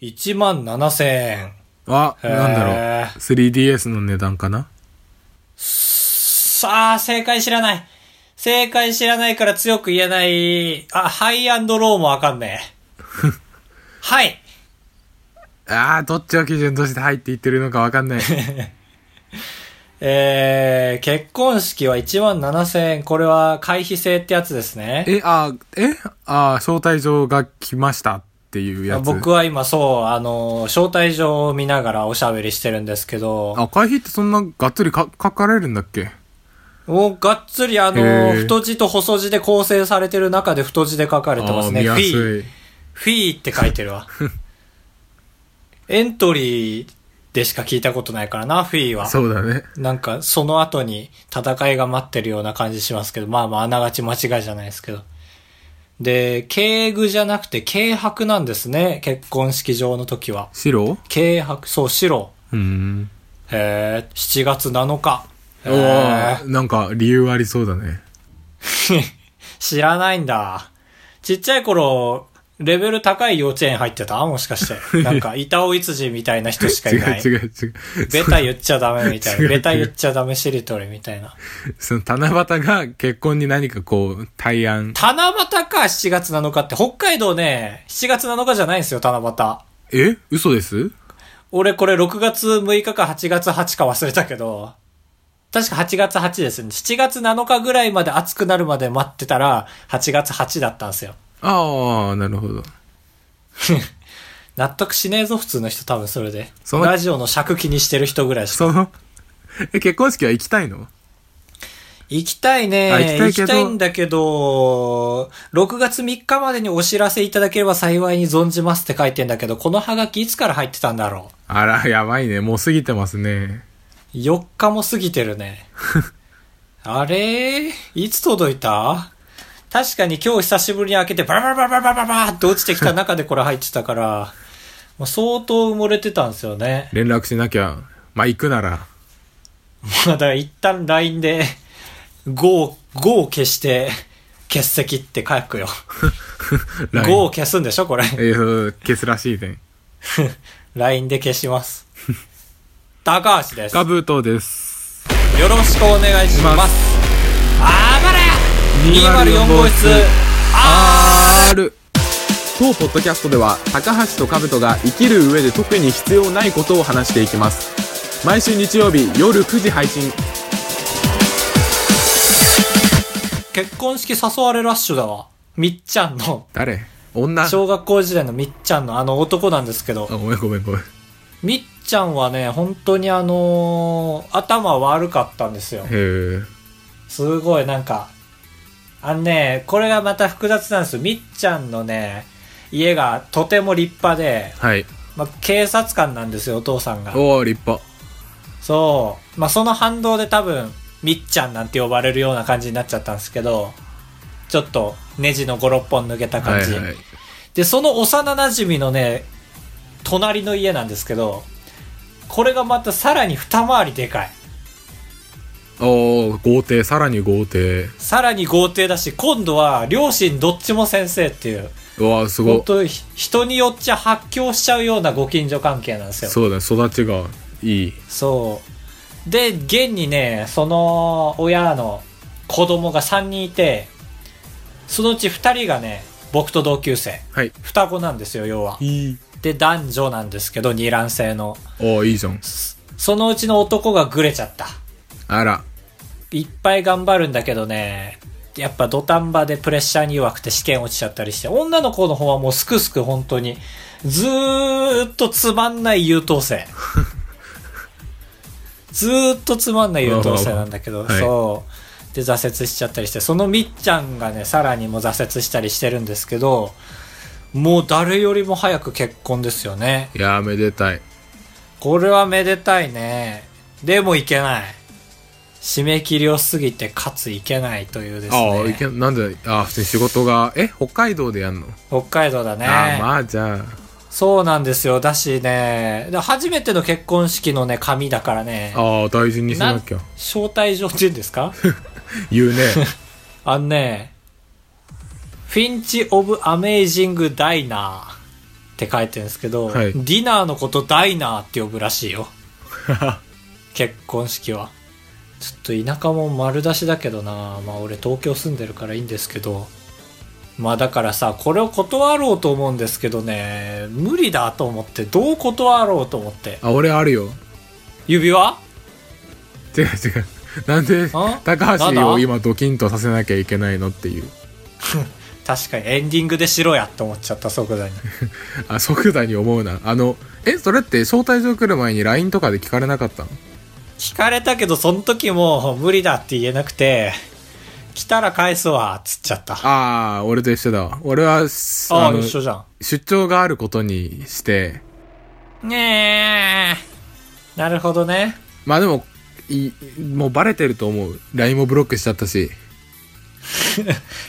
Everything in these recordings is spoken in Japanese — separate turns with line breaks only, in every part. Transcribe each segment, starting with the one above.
1万7000円。
あ、
へー
なんだろう。3DS の値段かな
さあ、正解知らない。正解知らないから強く言えない。あ、ハイアンドローもわかんね え。はい。
ああ、どっちを基準として入っていってるのかわ かんない。
えー、結婚式は1万7000円。これは会費制ってやつですね。
え、あー、え、あー、招待状が来ましたっていうやつ。
僕は今そう、あの、招待状を見ながらおしゃべりしてるんですけど、
あ、会費ってそんながっつりか書かれるんだっけ
もうがっつりあ
へ
の、
ー
太字と細字で構成されてる中で太字で書かれてますね。
あー
フ
見
ィ
や
ー。
すい。
フィーって書いてるわ。エントリーでしか聞いたことないからな、フィーは。
そうだね。
なんか、その後に戦いが待ってるような感じしますけど、まあまあ、あながち間違いじゃないですけど。で、敬具じゃなくて、軽薄なんですね。結婚式場の時は。
白
軽薄、そう、白。
うーん。
へえ、7月7日。
お
へ
ーなんか理由ありそうだね。
え 知らないんだ。ちっちゃい頃、レベル高い幼稚園入ってたもしか して。なんか、板尾いつじみたいな人しか
違う
いない。
違う違う。
ベタ言っちゃダメみたい
違う違
な。
う
ベタ言っちゃダメしりとりみたいな。
その七夕が結婚に何かこう、対案。
七夕か、7月7日って。北海道ね、7月7日じゃないんですよ、七夕。
え嘘です
俺これ6月6日か8月8か忘れたけど、確か8月8ですね。7月7日ぐらいまで暑くなるまで待ってたら、8月8だったんですよ。
ああ、なるほど。
納得しねえぞ、普通の人多分それで。
その
ラジオの尺気にしてる人ぐらいしか。
その、え、結婚式は行きたいの
行きたいね
あ行きたいけど
んだけど、6月3日までにお知らせいただければ幸いに存じますって書いてんだけど、このハガキいつから入ってたんだろ
あら、やばいね。もう過ぎてますね。
う。4日も過ぎてる ね。あれいつ届いた確かに今日久しぶりに開けてバラバラバラバラバラバラって落ちてきた中でこれ入ってたから、もう相当埋もれてたんですよね。
連絡しなきゃ。まあ、行くな ら。
まあだから一旦 LINE で、5を、5を消して、欠席って書くよ。5
LINE
を消すんでしょこれ。
えー、そう消すらしいね。
LINE で消し ます。高橋です。
ガ
よ
ブートです。
ろしくお願いします。あばらや !204
204
号室
R!
当ポッドキャストでは高橋と兜が生きる上で特に必要ないことを話していきます毎週日曜日夜9時配信
結婚式誘われラッシュだわ。みっちゃんの、
誰女
小学校時代のみっちゃんのあの男なんですけど、
あ、ごめんごめんごめん。
みっちゃんはね、本当にあのー頭悪かったんですよ。
へえ。
すごいなんか、あのね、これがまた複雑なんですよ。みっちゃんのね、家がとても立派で、
はい。
まあ、警察官なんですよ、お父さんが。
おー、立派。
そう。まあ、その反動で多分、みっちゃんなんて呼ばれるような感じになっちゃったんですけど、ちょっと、ネジの5、6本抜けた
は
感
い
じ。
はい。
で、その幼馴染みのね、隣の家なんですけど、これがまたさらに二回りでかい。
おー、豪邸、さらに豪邸。
さらに豪邸だし、今度は両親どっちも先生っていう、
うわー、すご
本
い。
当に人によっちゃ発狂しちゃうようなご近所関係なんですよ。
そうだね、育ちがいい。
そう。で、現にね、その親の子供が3人いて、そのうち2人がね、僕と同級生。
はい。
双子なんですよ、要は。
いい。
で、男女なんですけど、二卵性の。
おー、いいじゃん。
そのうちの男がグレちゃった。
あら。
いっぱい頑張るんだけどね、やっぱ土壇場でプレッシャーに弱くて試験落ちちゃったりして、女の子の方はもうすくすく本当に、ずーっとつまんない優等 生。ずーっとつまんない優等生なんだけど、
はい
そう。で、挫折しちゃったりして、そのみっちゃんがね、さらにもう挫折したりしてるんですけど、もう誰よりも早く結婚ですよね。
いやー、めでたい。
これはめでたいね。でもいけない。締め切りを過ぎてかついけないというです
ああ、い
ね。
け、なんで、ああ、普通に仕事が、え、北海道でやんの、
北海道だね。
ああ、まあじゃ
そうなんですよ。だしね、で初めての結婚式のね、紙だからね
あ、。ああ、大事にしなきゃ
な。招待状って言うんです か
言う ね。
あのね、フィンチ・オブ・アメイジング・ダイナって書いてるんですけど、
はい
ディナーのことダイナーって呼ぶらしいよ。結婚式は。ちょっと田舎も丸出しだけどなまあ俺東京住んでるからいいんですけど。まあだからさ、これを断ろうと思うんですけどね、無理だと思って、どう断ろうと思って。
あ、俺あるよ。
指輪
違う違う。なんで
あ、
高
なん
橋
だ
を今ドキンとさせなきゃいけないのっていう。
確かにエンディングでしろやって思っちゃった即座に。
あ、即座に思うな。あの、え、それって招待状来る前に LINE とかで聞かれなかったの
聞かれたけど、その時も無理だって言えなくて、来たら返すわ、つっちゃった。あ
ああ、俺と一緒だわ。俺は、す
あ
あの
一緒じゃ
出張があることにして、
ん。ねえ。なるほどね。
まあでも、いもうバレてると思う。LINE もブロックしちゃったし。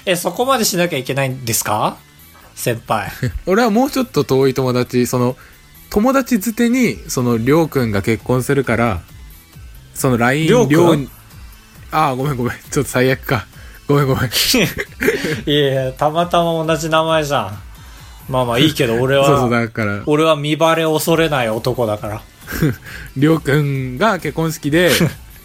え、そこまでしなきゃいけないんですか先 輩。
俺はもうちょっと遠い友達その友達づてにそのりょうくんが結婚するからその LINE
りょうくん
にああごめんごめんちょっと最悪か ごめんごめん
いやいや、たまたま同じ名前じゃん。まあまあいいけど、俺は、
そうそうだから
俺は見バレ恐れない男だから。
りょうくんが結婚 式で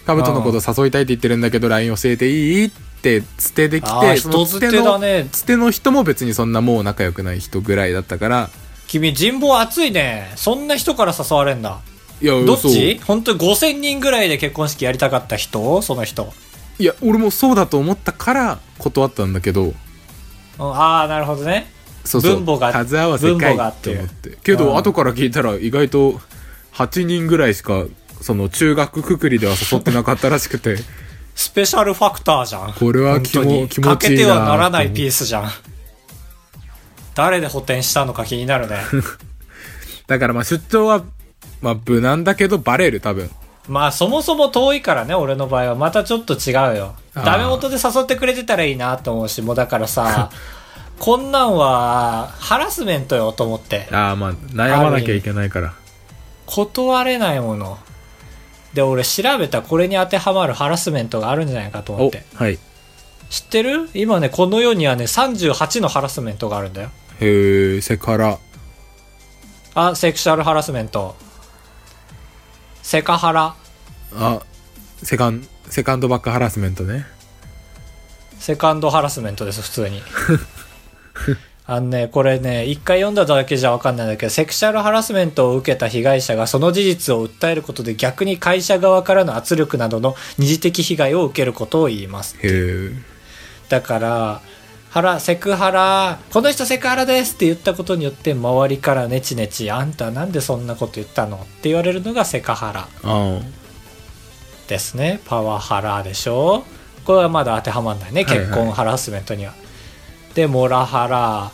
カブトのこと誘いたいって言ってるんだけど LINE 教えていいってつてでき
ああ、
てそ
人
の
捨
つ
て
て
だ
の
ね。
つての人も別にそんなもう仲良くない人ぐらいだったから
君人望熱いね。そんな人から誘われんだ。
いや
どっ
そう
ち本当に5000人ぐらいで結婚式やりたかった人その人。
いや俺もそうだと思ったから断ったんだけど
うんああ、なるほどね。
そうそう
分母が
数合わせか
分母
い
がっ
と
ていう
思ってけ
う
ど
ん
後から聞いたら意外と8人ぐらいしかその中学くくりでは誘ってなかったらしくて
スペシャルファクターじゃん。
これは
本
気
当
も
に
気持
か
ち
け
いい
て
な
はならないピースじゃん。誰で補填したのか気になる ね。
だからまあ出張はまあ無難だけどバレる多分
まあそもそも遠いからね、俺の場合は。またちょっと違うよ。
あー
ダメ元で誘ってくれてたらいいなと思うし、もうだから さ、こんなんはハラスメントよと思って。
ああまあ悩まなきゃいけないから
断れないもの。で、俺調べたこれに当てはまるハラスメントがあるんじゃないかと思っ
お
て。
はいへ
知ってる今ね、この世にはね、38のハラスメントがあるんだよ。
えセカラ
あ、セクシャルハラスメント。セカハラ。
あセカンセカンドバックハラスメントね
セカンドハラスメントです、普通に。あのね、これね、一回読んだだけじゃわかんないんだけど、セクシャルハラスメントを受けた被害者がその事実を訴えることで逆に会社側からの圧力などの二次的被害を受けることを言います。
へえ
だから、ハラ、セクハラ、この人セクハラですって言ったことによって、周りからネチネチ、あんたなんでそんなこと言ったのって言われるのがセカハラ
あ
ですね。パワハラでしょこれはまだ当てはまんないね。
はいはい
結婚ハラスメントには。で、モラハラ、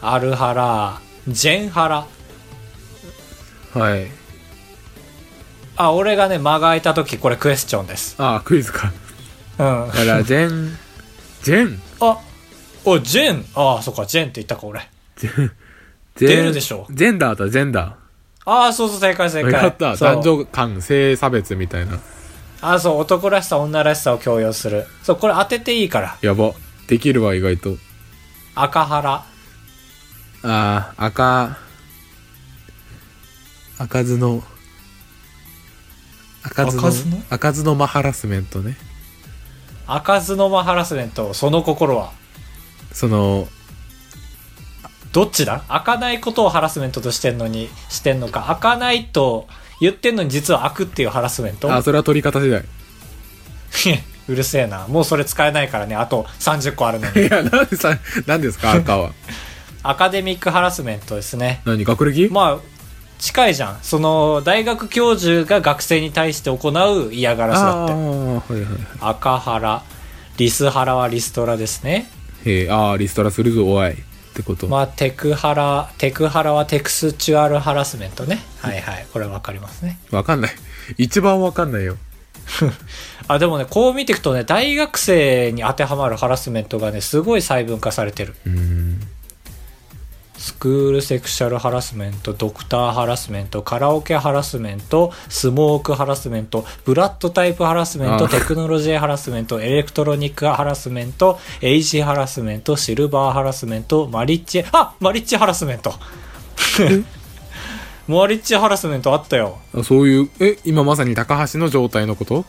アルハラ、ジェンハラ。
あはい
あ、俺がね、間が空いた時、これクエスチョンです。
ああクイズか
うん。
だからジェンジェン
あ、お、ジェン。あそっか、ジェンって言ったか、俺。
ジェン
出るでしょ
ジェンダーだジェンダー
ああ、そうそう、正解正解。
やった
そう
男女間性差別みたいな
あ、そう、男らしさ、女らしさを強要する。そう、これ当てていいから。
やばできるわ意外と
赤原。
ああ赤赤ずの赤ずの
赤
赤
ず
ず
の
のマハラスメントね
開かずの間ハラスメント、その心は。
その
どっちだ開かないことをハラスメントとしてんのに、してんのか。開かないと言ってんのに実は開くっていうハラスメント。
あそれは取り方次第
うるせえな。もうそれ使えないからね。あと30個あるの に。
いやなんでさなんですか赤は
アカデミックハラスメントですね。
何学歴、
まあ、近いじゃん。その、大学教授が学生に対して行う嫌がらせだ
あ
っ
あ
て。
はいはい
赤原。リスハラはリストラですね。
へえああリストラするぞおいってこと、
まあ、テクハラ、テクハラはテクスチュアルハラスメントね。はいはい。これわかりますね。
わかんない一番わかんないよ
あ、でもね、こう見ていくとね、大学生に当てはまるハラスメントがね、すごい細分化されてる。
うーん
スクールセクシャルハラスメント、ドクターハラスメント、カラオケハラスメント、スモークハラスメント、ブラッドタイプハラスメント、
あ
テクノロジーハラスメント、エレクトロニックハラスメント、エイジハラスメント、シルバーハラスメント、マリッチ、あマリッチハラスメント。 モアリッチハラスメントあったよ。
あそういう、え、今まさに高橋の状態のこと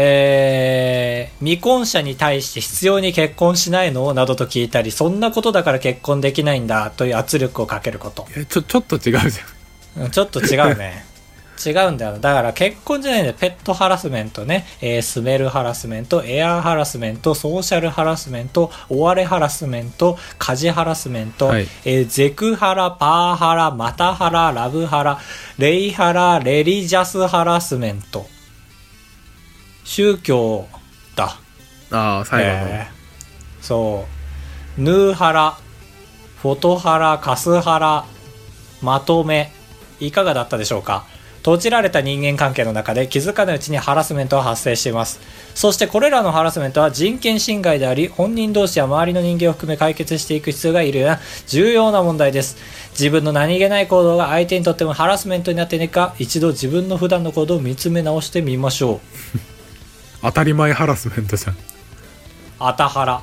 えー、未婚者に対して必要に結婚しないのなどと聞いたり、そんなことだから結婚できないんだという圧力をかけること。
え、ちょ、ちょっと違うじ
うんちょっと違うね。 違うんだよ。だから結婚じゃないんだよ。ペットハラスメントね、えースメルハラスメント、エアーハラスメント、ソーシャルハラスメント、追われハラスメント、家事ハラスメント、
はい
えーゼクハラ、パワハラ、マタハラ、ラブハラ、レイハラ、レリジャスハラスメント。宗教だ。
ゃん。ああ、最後の。
えーそうヌーハラフォトハラカスハラまとめいかがだったでしょうか閉じられた人間関係の中で気づかないうちにハラスメントは発生していますそしてこれらのハラスメントは人権侵害であり本人同士や周りの人間を含め解決していく必要がいるような重要な問題です自分の何気ない行動が相手にとってもハラスメントになっていないか一度自分の普段の行動を見つめ直してみましょう
当たり前ハラスメントじゃん。
あたはら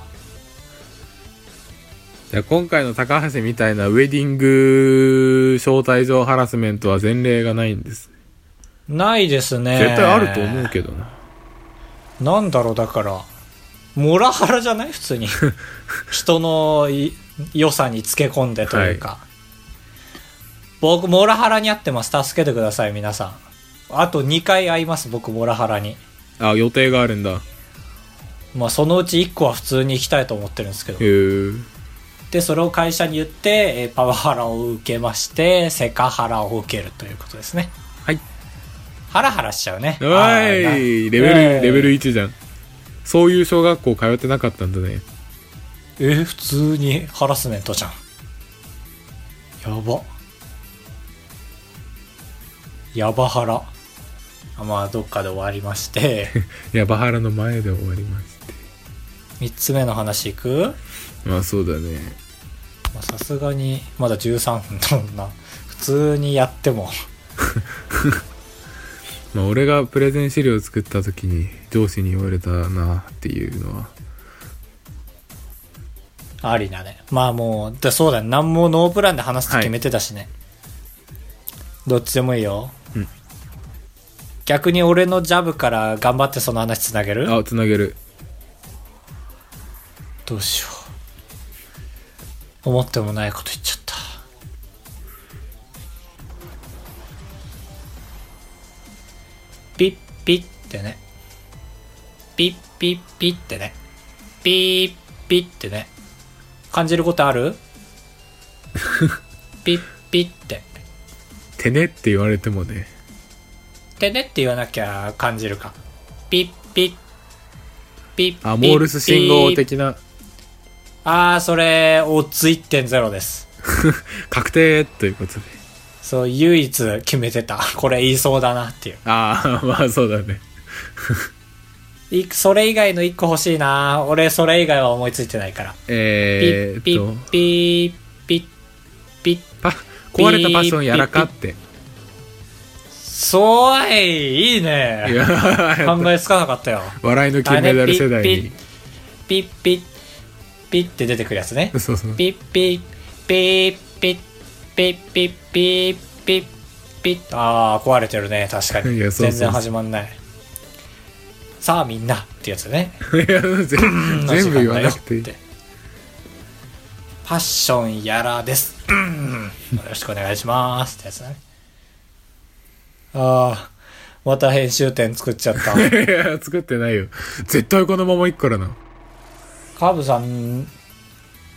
じゃあ今回の高橋みたいなウェディング招待状ハラスメントは前例がないんです。
ないですね
絶対あると思うけどな。
なんだろうだからモラハラじゃない普通 に人のい良さにつけ込んでというか、僕モラハラにあってます助けてください皆さんあと2回会います僕モラハラに
あ、予定があるんだ。
まあそのうち1個は普通に行きたいと思ってるんですけど
へー
でそれを会社に言ってえーパワハラを受けましてセカハラを受けるということですね
はい
ハラハラしちゃうね
お
あーな
ーいレベル、
えー
レベル1じゃん。そういう小学校通ってなかったんだね。
え普通にハラスメントじゃんやばやばハラあまあどっかで終わりまして
ヤバハラの前で終わりまして。
3つ目の話いく
まあそうだね。
まあさすがにまだ13分だもんな普通にやっても
まあ俺がプレゼン資料を作った時に上司に言われたなっていうのは。
ありだねまあもうでそうだね何もノープランで話すって決めてたしね、どっちでもいいよ、
うん
逆に俺のジャブから頑張ってその話つなげる
あ、つなげる。
どうしよう思ってもないこと言っちゃったピッピッってねピッピッピッってねピッピッってね感じることあ るピッピッって
てねって言われてもね。
ってねって言わなきゃ感じるかピッピッピッピッ
あ、モールス信号的な
ああそれオッズ1.0です
確定ということで。
そう、唯一決めてた。 これ言いそうだなっていう。
ああ、まあそうだね。
いそれ以外の一個欲しいな俺、それ以外は思いついてないから。ピ
えー、
ッ、ピ
っ
ッ、ピッ、ピッ、ピッ。
と、パ、壊れたパッションやらかって。
そういいい
い
ね
やー
考えつかなかったよ。
笑いの金メダル世代に。
ピッ、ピッ、ピッって出てくるやつね。
そうそう。
ピッ、ピッ、ピッ、ピッ、ピッ、ピッ、ピッ、ピッ、ピッ。あー、壊れてるね、確かに。
いやそうそうそう
全然始まんない。さあ、みんなってやつね。
いや全全部言わなくていい
フ。ァッションやらです、うん、よろしくお願いしますってやつねああまた編集点作っちゃった
いや、作ってないよ。絶対このまま行くからな。
カブさん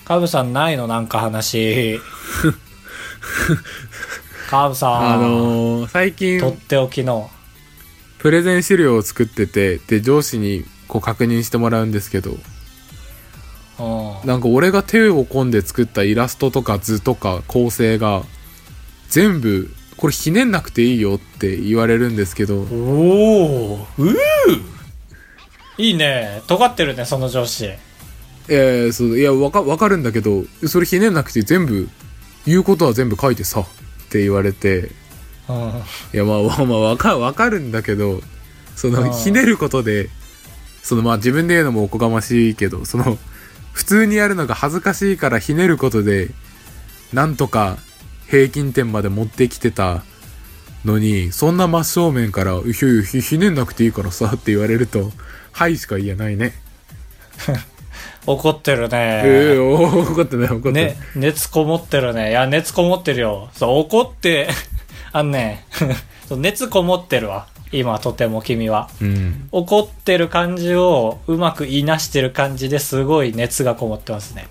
カブさんないのなんか 話カブさん
あのー、最近
と、っておきの
プレゼン資料を作ってて、で、上司にこう確認してもらうんですけど、
うん
なんか俺が手を込んで作ったイラストとか図とか構成が、全部、これひねんなくていいよって言われるんですけ
お
ど、
おうーいいね尖ってるねその上司
ええそういやわかわかるんだけどそれひねんなくて全部言うことは全部書いてさって言われて
うん
いやまあまあまあわかわかるんだけどそ
あ
の
ー
ひねることでそのまあ自分で言うのもおこがましいけどその普通にやるのが恥ずかしいからひねることでなんとか平均点まで持ってきてたのに、そんな真正面から、うひょうひょひねんなくていいからさって言われると、はいしか言えないね。
怒ってるね。
ええおー怒ってない、怒ってない。
ね、熱こもってるね。いや、熱こもってるよ。そう、怒って、 あのね、 そう熱こもってるわ。今、とても君は。
うん。
怒ってる感じをうまくいなしてる感じですごい熱がこもってますね。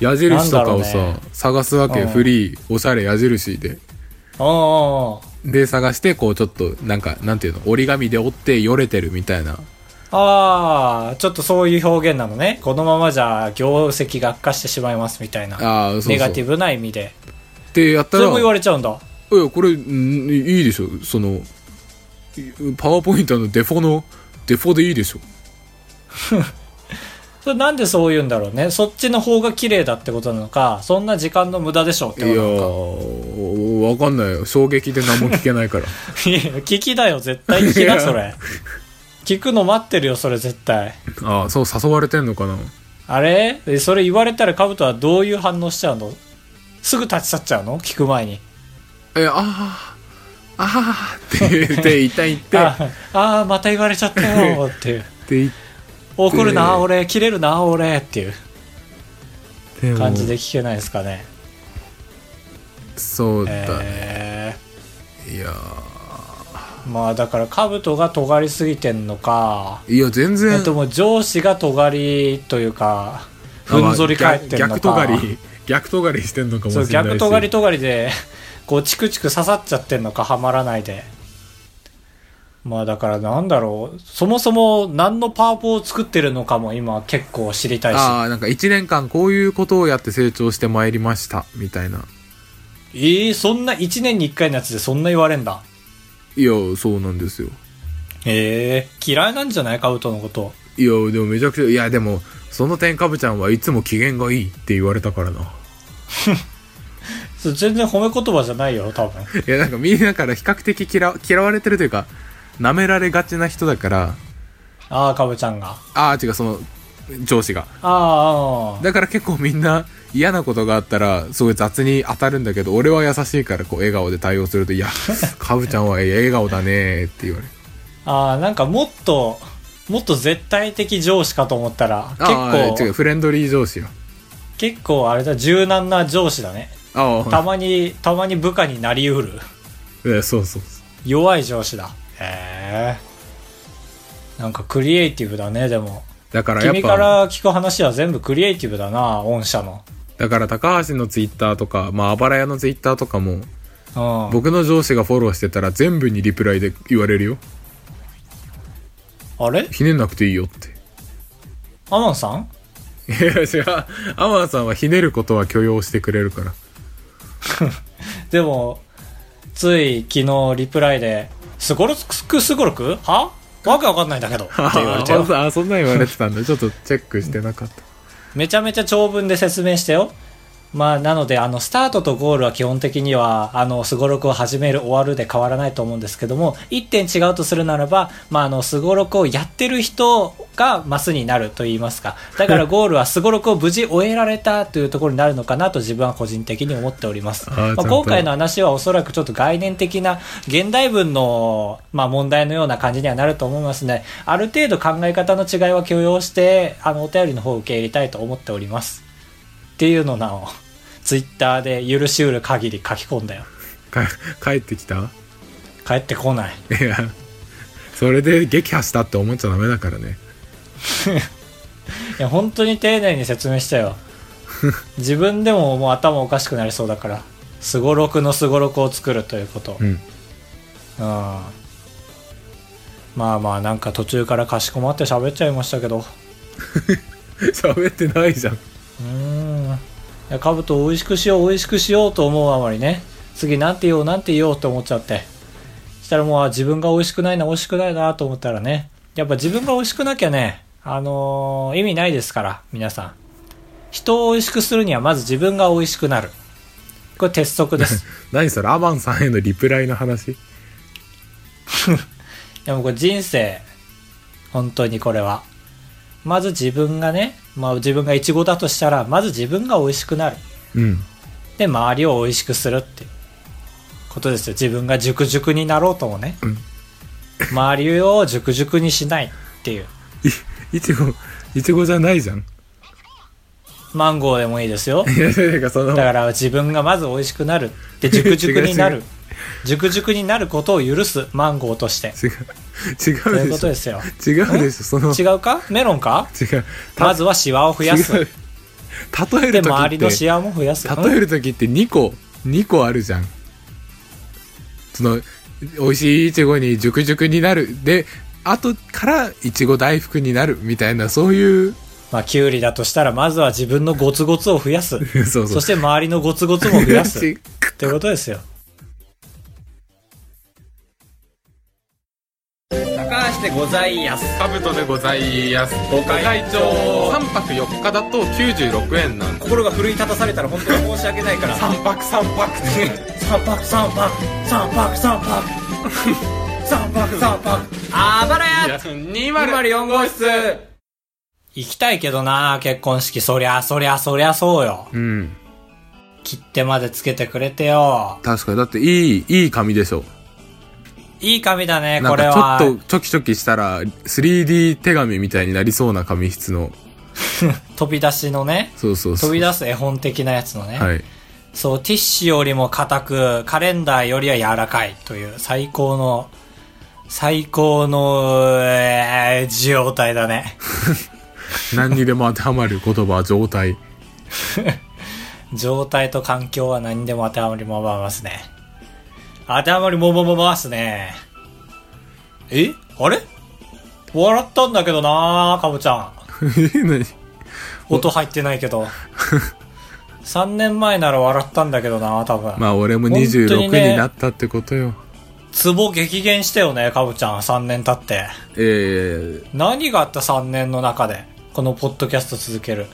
矢印とかを
なん
さ、
だろうね
探すわけ、
うん
フリー、おしゃれ矢印で。
おーおー
で、探して、こう、ちょっと、なんか、なんていうの、折り紙で折って、よれてるみたいな。
ああ、ちょっとそういう表現なのね。このままじゃ業績が悪化してしまいますみたいな。
ああ、そうそう。
ネガティ
ブ。
ブな意味で。
ってやった
そ
ら、
れも言われちゃうんだ。
いや、これ、んいいでしょ。その、いパワーポイントのデフォの、デフォでいいでしょ。
それなんでそう言うんだろうね。そっちの方が綺麗だってことなのか、そんな時間の無駄でしょうっ
い
て
や
ことなのか。
ー、わかんないよ。衝撃で何も聞けない から。
いや聞きだよ絶対聞き
いや
なそれ聞くの待ってるよそれ絶対
ああ、そう、誘われてんのかな。
あれえそれ言われたらカブトはどういう反応しちゃうのすぐ立ち去っちゃうの聞く前に
え、ああ、ああ、って言って、言った言って、
ああーまた言われちゃったよっていう
って言っ
怒るな俺切れるな俺っていう
ても
感じで聞けないですかね
そうだね。
え
いや
ー、まあだからカブトが尖りすぎてんのか
ー、いや、全然。
えっともう上司が尖りというかふんぞり返ってんのか
逆尖り逆尖りしてんのかもし
そう
れないし
逆とがりとがりで こうチクチク刺さっちゃってんのかはまらないでまあだからなんだろうそもそも何のパワポを作ってるのかも今結構知りたいし
ああなんか1年間こういうことをやって成長してまいりましたみたいな
ええそんな1年に1回のやつでそんな言われんだ
いやそうなんですよ
ええ嫌いなんじゃないカウトのこと
いやでもめちゃくちゃいやでもその点かぶちゃんはいつも機嫌がいいって言われたからな
それ全然褒め言葉じゃないよ 多分
いやなんかみんなから比較的嫌嫌われてるというか舐められがちな人だから
ああカブちゃんが
ああ違うその上司が
ああああ
だから結構みんな嫌なことがあったらすごい雑に当たるんだけど俺は優しいからこう笑顔で対応すると「い やかぶちゃんは笑顔だね」って言われる
ああなんかもっともっと絶対的上司かと思ったら結
あー違う
構
フレンドリー上司よ
結構あれだ柔軟な上司だね
あ
た
あ
まに、たまに部下になりうる。
えそうそうそう
弱い上司だ。へえ。なんかクリエイティブだね、でも。
だからやっ
君か
ぱ
ら聞く話は全部クリエイティブだな、御社の。
だから高橋のツイッターとかまああばら屋のツイッターとかも
うん。
僕の上司がフォローしてたら全部にリプライで言われるよ
あれ
ひねんなくていいよって
アマンさん
いや違うアマンさんはひねることは許容してくれるから
でも、つい昨日リプライで、すごろく、すごろくはわけわかんないんだけど。って言われ てよ。
あそんなん言われてたんだちょっとチェックしてなかった
めちゃめちゃ長文で説明してよ。まあ、なので、あの、スタートとゴールは基本的には、あの、スゴロクを始める、終わるで変わらないと思うんですけども、一点違うとするならば、まあ、あの、スゴロクをやってる人がマスになると言いますか。だ からゴールはスゴロクを無事終えられたというところになるのかなと自分は個人的に思っております。
あ
ま
ーちゃんと
今回の話はおそらくちょっと概念的な現代文の、まあ、問題のような感じにはなると思いますね。ある程度考え方の違いは許容して、あの、お便りの方を受け入れたいと思っております。っていうのなを、ツイッターで許しうる限り書き込んだよ。
か帰ってきた
帰ってこない。
いやそれで撃破したって思っちゃダメだからね
いや、本当に丁寧に説明したよ。自分でももう頭おかしくなりそうだから、すごろくのすごろくを作るということ。
うん
うんまあまあなんか途中からかしこまって喋っちゃいましたけど
喋ってないじゃん
うーんいやかぶと美味しくしよう美味しくしようと思うあまりね次なんて言おうなんて言おうと思っちゃってしたらもうあ自分が美味しくないな美味しくないなと思ったらねやっぱ自分が美味しくなきゃねあのー意味ないですから皆さん人を美味しくするにはまず自分が美味しくなるこれ鉄則です
何それアバンさんへのリプライの話
でもこれ人生、本当にこれは。まず自分がね、まあ自分がイチゴだとしたら、まず自分が美味しくなる。
うん
で周りを美味しくするってことですよ自分が熟熟になろうともね、
うん
周りを熟熟にしないっていう
いちごいちごじゃないじゃん
マンゴーでもいいですよ
いやいやいやその
だから自分がまず美味しくなる で熟熟にな
違う違
る熟熟になることを許すマンゴーとして
違う
と
違
いうう
で
こ
し
と
ょ
ですよ
違うでしょその違
違うかメロンか
う
まずはシワを増やす
違う例え
で
る時
周りの
って
シワも増やす
例える時って2個2個あるじゃんその美味しいいちごに熟熟になるで後からいちご大福になるみたいなそういう
まあ、キュウリだとしたら、まずは自分のゴツゴツを増やす。
そうそ
そうして周りのゴツゴツも増や す。ってことですよ。高橋でございやす。
カブトでございますご会長3泊4日だと96円なん
心が奮い立たされたら本当に申し訳ないから。
3泊3泊
三泊三泊、三泊三泊、 三泊三泊、あばらや
204号室
行きたいけどな、結婚式。そりゃ、そりゃ、そりゃそうよ。
うん
切手までつけてくれてよ。
確かにだっていいいい紙でしょ
いい紙だね、
な
こ
ん
れ
か
は。
ちょっとチョキチョキしたら 3D 手紙みたいになりそうな紙質の
飛び出しのね。
そうそうそう
飛び出す絵本的なやつのね、
はい
そうティッシュよりも硬くカレンダーよりは柔らかいという最高の最高の、えー状態だね
何にでも当てはまる言葉状態
状態と環境は何でも当てはまりもまますね当てはまりもままますねえあれ笑ったんだけどなかぼちゃん
え何
音入ってないけ ど3年前なら笑ったんだけどな多分
まあ俺も
本当
26
に
に
ね
なったってことよ、
ツボ激減したよねかぼちゃん3年経って
えー、
何があった3年の中でこのポッドキャスト続ける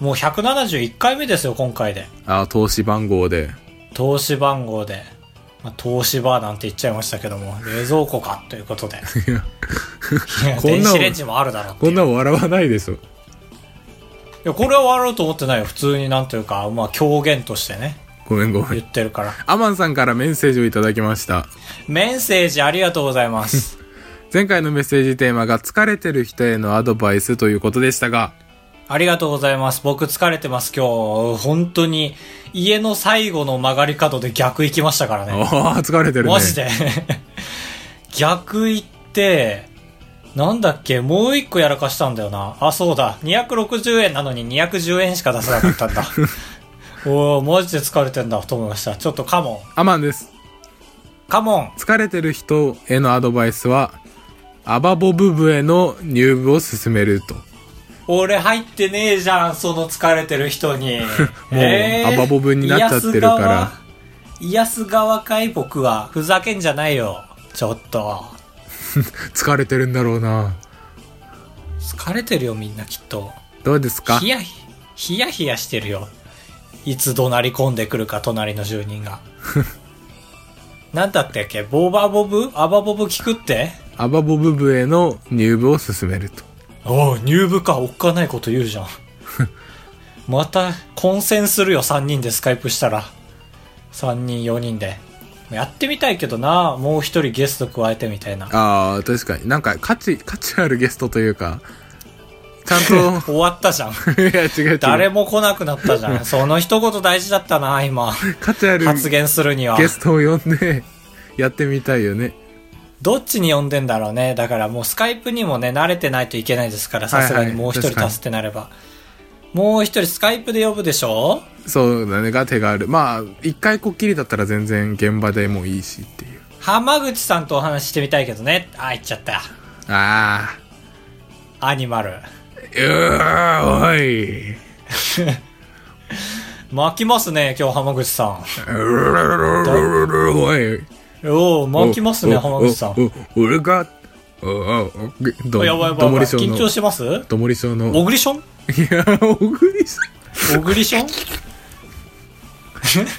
もう171回目ですよ今回で
あ投資番号で
投資番号で、まあ、投資バーなんて言っちゃいましたけども冷蔵庫かということで
いや
いや
こんな
電
の
子レンジもあるだろうって
こ
い
ん
う
なん笑わないでしょ
いやこれは笑うと思ってないよ普通になんというか、まあ、狂言としてね
ごめんごめん
言ってるから
アマンさんからメッセージをいただきました
メッセージありがとうございます
前回のメッセージテーマが疲れてる人へのアドバイスということでしたが
ありがとうございます僕疲れてます今日本当に家の最後の曲がり角で逆行きましたからね
ああ疲れてるね
マジで 逆行って、なんだっけもう一個やらかしたんだよな。あ、そうだ。260円なのに210円しか出せなか ったんだ。おー、マジで疲れてんだと思いました。ちょっとカモン。
アマンです
カモン
疲れてる人へのアドバイスはアバボブブへの入部を勧めるとも
俺入ってねえじゃん、その疲れてる人 に。
うアバボブになっちゃってるから
癒やす側かい僕は。ふざけんじゃないよ。ちょっと。
疲れてるんだろうな
疲れてるよ、みんなきっと。
どうですか
ヒヤヒヒヤヒヤしてるよいつ怒鳴り込んでくるか隣の住人 がなんだったっけボーバーボブアバボブ聞くって
アバボブブへの入部を勧めると
おう入部かおっかないこと言う じゃんまた混戦するよ3人でスカイプしたら3人4人でやってみたいけどなもう1人ゲスト加えてみたいな
ああ確かになんか価値価値あるゲストというかちゃん
終わったじ ゃん
といや違う違う
誰も来なくなったじゃんその一言大事だったな 今
価値ある
発言するには
ゲストを呼んでやってみたいよね
どっちに呼んでんだろうね。だからもうスカイプにもね、慣れてないといけないですから、さすが
はい
に
はい
もう一
確か
人
に
足すってなれば。もう一人スカイプで呼ぶでしょ
そうだねが手があるまあ一回こっきりだったら全然現場でもいいしっていう
浜口さんとお話ししてみたいけどね。あ、行っちゃった。
ああ
アニマル。
うーおいう
巻きますね、今日浜口さ
ーおい
ん。おお巻きますね、浜口さん。
おおお俺がおおおど
やばいやばい
ど
やば
も
い。
り症
緊張
の
してます
どもり症の
オグリション
いやおぐりさん
オグリション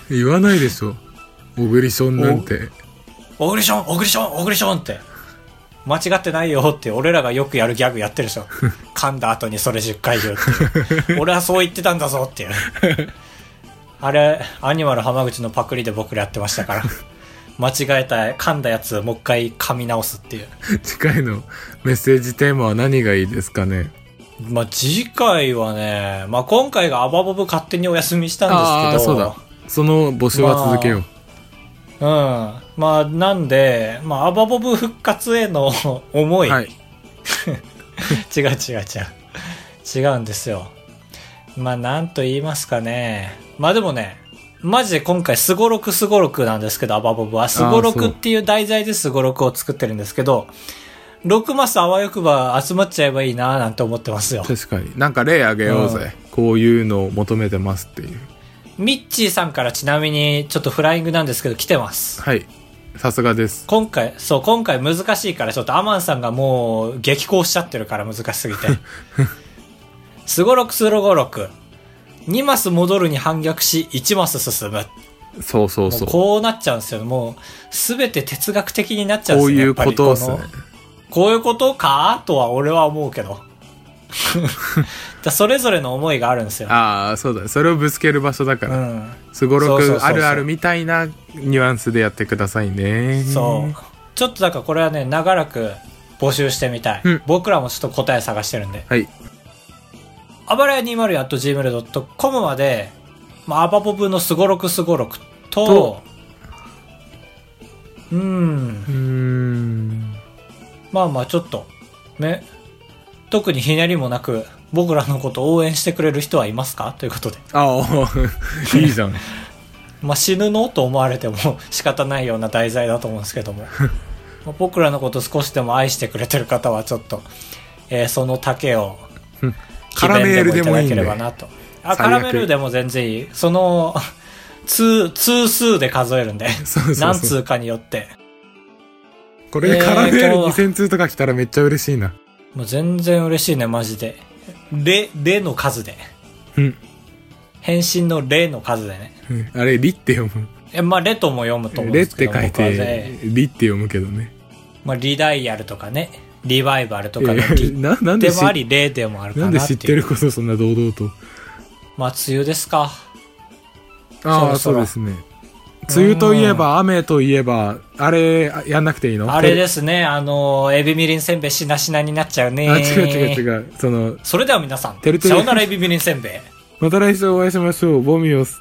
言わないでしょオグリションなんて
オグリションオグリションオグリションって。間違ってないよって、俺らがよくやるギャグやって るでしょ。噛んだ後にそれ10回言うっていう。俺はそう言ってたんだぞっていう。あれ、アニマル浜口のパクリで僕らやってましたから。間違えた、噛んだやつ、もう一回噛み直すっていう。
次回のメッセージテーマは何がいいですかね
まあ、次回はね、まあ、今回がアバボブ勝手にお休みしたん
ああ
です
ー
け
そう
ど、
だその募集は続けよう、
うん。まあ、なんで、まあ、アバボブ復活への思い。
はい
違う違う違う。違うんですよ。まあ、なんと言いますかね。まあでもね、マジで今回、すごろくすごろくなんですけど、アバボブは。すごろくっていう題材ですごろくを作ってるんですけど、6マスあわよくば集まっちゃえばいいなぁなんて思ってますよ。
確かになんか例あげようぜ、こういうのを求めてますっていう
ミッチーさんからちなみに、ちょっとフライングなんですけど、来てます。
はいさすがです
今回、そう、今回難しいから、ちょっとアマンさんがもう激高しちゃってるから難しすぎ て。すごろくすごろく。2マス戻るに反逆し、1マス進む。
そうそう
も
そうう
こうなっちゃうんですよ。もう、すべて哲学的になっちゃうん
こ
で
う
すよ。
い
や
う
っぱ
こ
り
と
こ
ですね
のこういうことかとは俺は思う けど。だそれぞれの思いがあるんですよ。
ああそうだそれをぶつける場所だか
う
ら
ん。
すごろ
そうそうそう
く
そう
あるあるみたいなニュアンスでやってくださいね
そう。ちょっとだからこれはね、長らく募集してみたい。
うん
僕らもちょっと答え探してるんで。
はい
あばらや 20.gmail.com まで、まあ、アバボブのすごろくすごろくと
と、
うーん
う、ーん
まあまあちょっと、ね、特にひねりもなく、僕らのことを応援してくれる人はいますかということで。
あ あいいじゃん
まあ、死ぬのと思われても 仕方ないような題材だと思うんですけどもまあ僕らのこと少しでも愛してくれてる方はちょっと、えーその竹を
うん
記念いただけ
カラメールで
れ
もい
ば
いんで
なとあ
最悪
カラメールでも全然いいその 通通数で数えるんで
そうそうそう
何通かによって
これ
え
で
ー
カラメール
と
2000通とか来たらめっちゃ嬉しいな
もう全然嬉しいねマジで「レ」「レ」の数で
うん
返信の「レ」の数でね
うんあれ「り」って読む
えまあ「レ」とも読むと思う
「
ん
れ」
で
っ
すけ
て
ど
書い
僕はね
て「り」って読むけどね
まあ、リダイヤルとかね、リバイバルとか
え
の
ー
リ
ななんで
で
知
もあり、例でもある
な
か
んで
なってい
知っ
う。
てることそんな堂々と
まあ、梅雨ですか。
ああ
そ
そう
ろ
ですね梅雨といえば雨といえばあれあやんなくていいの
あれ
で
ですね、あのー、エビみりんせんべいしなしなになっちゃうね。
あ違う違う違うその
それでは皆さん、
てるてる
さよならエビみりんせんべい。
また来週お会いしましょうボミオス